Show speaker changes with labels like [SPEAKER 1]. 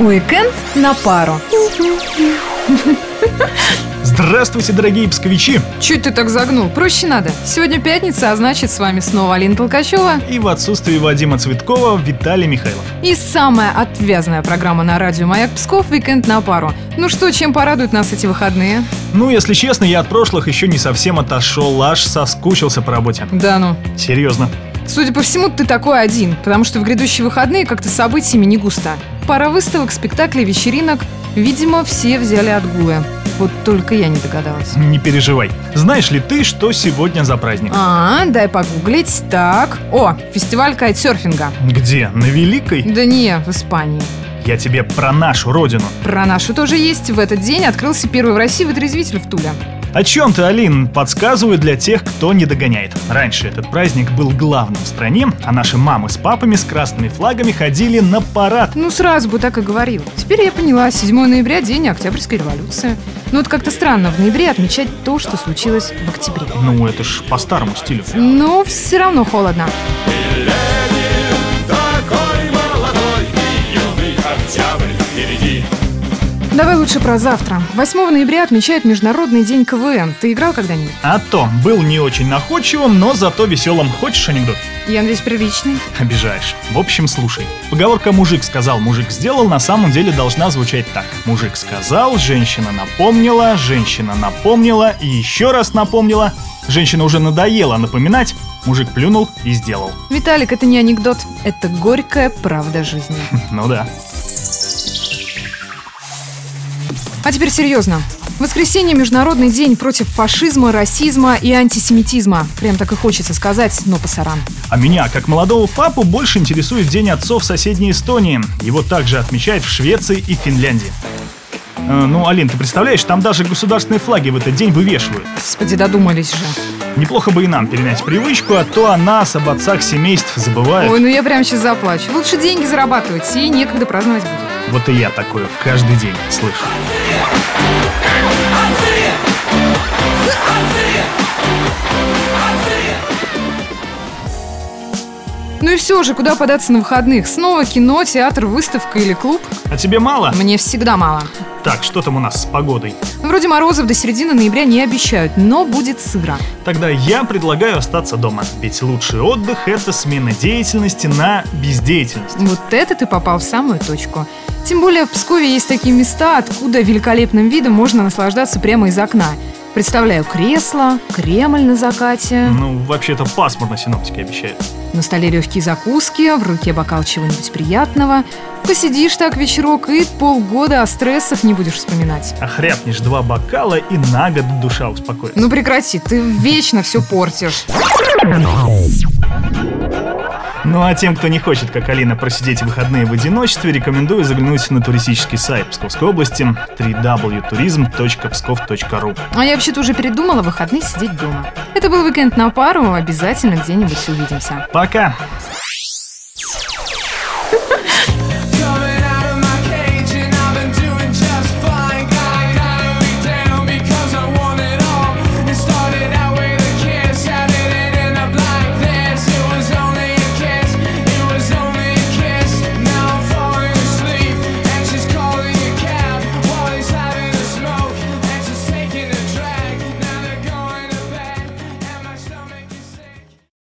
[SPEAKER 1] Уикенд на пару.
[SPEAKER 2] Здравствуйте, дорогие псковичи!
[SPEAKER 1] Чуть ты так загнул, проще надо. Сегодня пятница, а значит с вами снова Алина Толкачева.
[SPEAKER 2] И в отсутствии Вадима Цветкова Виталий Михайлов.
[SPEAKER 1] И самая отвязная программа на радио «Маяк Псков» «Уикенд на пару». Ну что, чем порадуют нас эти выходные?
[SPEAKER 2] Ну, если честно, я от прошлых еще не совсем отошел, аж соскучился по работе.
[SPEAKER 1] Да ну.
[SPEAKER 2] Серьезно.
[SPEAKER 1] Судя по всему, ты такой один, потому что в грядущие выходные как-то событиями не густо. Пара выставок, спектаклей, вечеринок. Видимо, все взяли отгулы. Вот только я не догадалась.
[SPEAKER 2] Не переживай. Знаешь ли ты, что сегодня за праздник?
[SPEAKER 1] А, дай погуглить. Так. О, фестиваль кайтсерфинга.
[SPEAKER 2] Где? На Великой?
[SPEAKER 1] Да не, в Испании.
[SPEAKER 2] Я тебе про нашу родину.
[SPEAKER 1] Про нашу тоже есть. В этот день открылся первый в России вытрезвитель в Туле.
[SPEAKER 2] О чем ты, Алин? Подсказываю для тех, кто не догоняет. Раньше этот праздник был главным в стране, а наши мамы с папами с красными флагами ходили на парад.
[SPEAKER 1] Ну, сразу бы так и говорил. Теперь я поняла, 7 ноября – день Октябрьской революции. Но вот как-то странно в ноябре отмечать то, что случилось в октябре.
[SPEAKER 2] Ну, это ж по старому стилю.
[SPEAKER 1] Но все равно холодно.
[SPEAKER 3] Такой молодой и юный октябрь впереди.
[SPEAKER 1] Давай лучше про завтра. 8 ноября отмечают Международный день КВН. Ты играл когда-нибудь?
[SPEAKER 2] А то был не очень находчивым, но зато веселым. Хочешь анекдот?
[SPEAKER 1] Я надеюсь, приличный.
[SPEAKER 2] Обижаешь. В общем, слушай. Поговорка «мужик сказал, мужик сделал» на самом деле должна звучать так. Мужик сказал, женщина напомнила, женщина напомнила и еще раз напомнила. Женщина уже надоела напоминать, мужик плюнул и сделал.
[SPEAKER 1] Виталик, это не анекдот. Это горькая правда жизни.
[SPEAKER 2] Ну да.
[SPEAKER 1] А теперь серьезно. В воскресенье Международный день против фашизма, расизма и антисемитизма. Прям так и хочется сказать, но пасаран.
[SPEAKER 2] А меня, как молодого папу, больше интересует День отцов соседней Эстонии. Его также отмечают в Швеции и Финляндии. Э, Ну, Алин, ты представляешь, там даже государственные флаги в этот день вывешивают.
[SPEAKER 1] Господи, додумались же.
[SPEAKER 2] Неплохо бы и нам перенять привычку, а то о нас, об отцах семейств забывают.
[SPEAKER 1] Ой, ну я прям сейчас заплачу. Лучше деньги зарабатывать, и некогда праздновать будет.
[SPEAKER 2] Вот и я такое каждый день слышу.
[SPEAKER 1] Ну и все же, куда податься на выходных? Снова кино, театр, выставка или клуб?
[SPEAKER 2] А тебе мало?
[SPEAKER 1] Мне всегда мало.
[SPEAKER 2] Так, что там у нас с погодой?
[SPEAKER 1] Вроде морозов до середины ноября не обещают, но будет сыро.
[SPEAKER 2] Тогда я предлагаю остаться дома, ведь лучший отдых – это смена деятельности на бездеятельность.
[SPEAKER 1] Вот это ты попал в самую точку. Тем более в Пскове есть такие места, откуда великолепным видом можно наслаждаться прямо из окна. Представляю кресло, Кремль на закате,
[SPEAKER 2] Ну, вообще-то пасмурно синоптики обещают.
[SPEAKER 1] на столе легкие закуски, в руке бокал чего-нибудь приятного. Посидишь так вечерок и полгода о стрессах не будешь вспоминать.
[SPEAKER 2] Охряпнешь два бокала и на год душа успокоится.
[SPEAKER 1] Ну прекрати, ты вечно все портишь.
[SPEAKER 2] Ну а тем, кто не хочет, как Алина, просидеть выходные в одиночестве, рекомендую заглянуть на туристический сайт Псковской области www.turism.pskov.ru
[SPEAKER 1] А я вообще-то уже передумала в выходные сидеть дома. Это был уикенд на пару, обязательно где-нибудь увидимся.
[SPEAKER 2] Пока!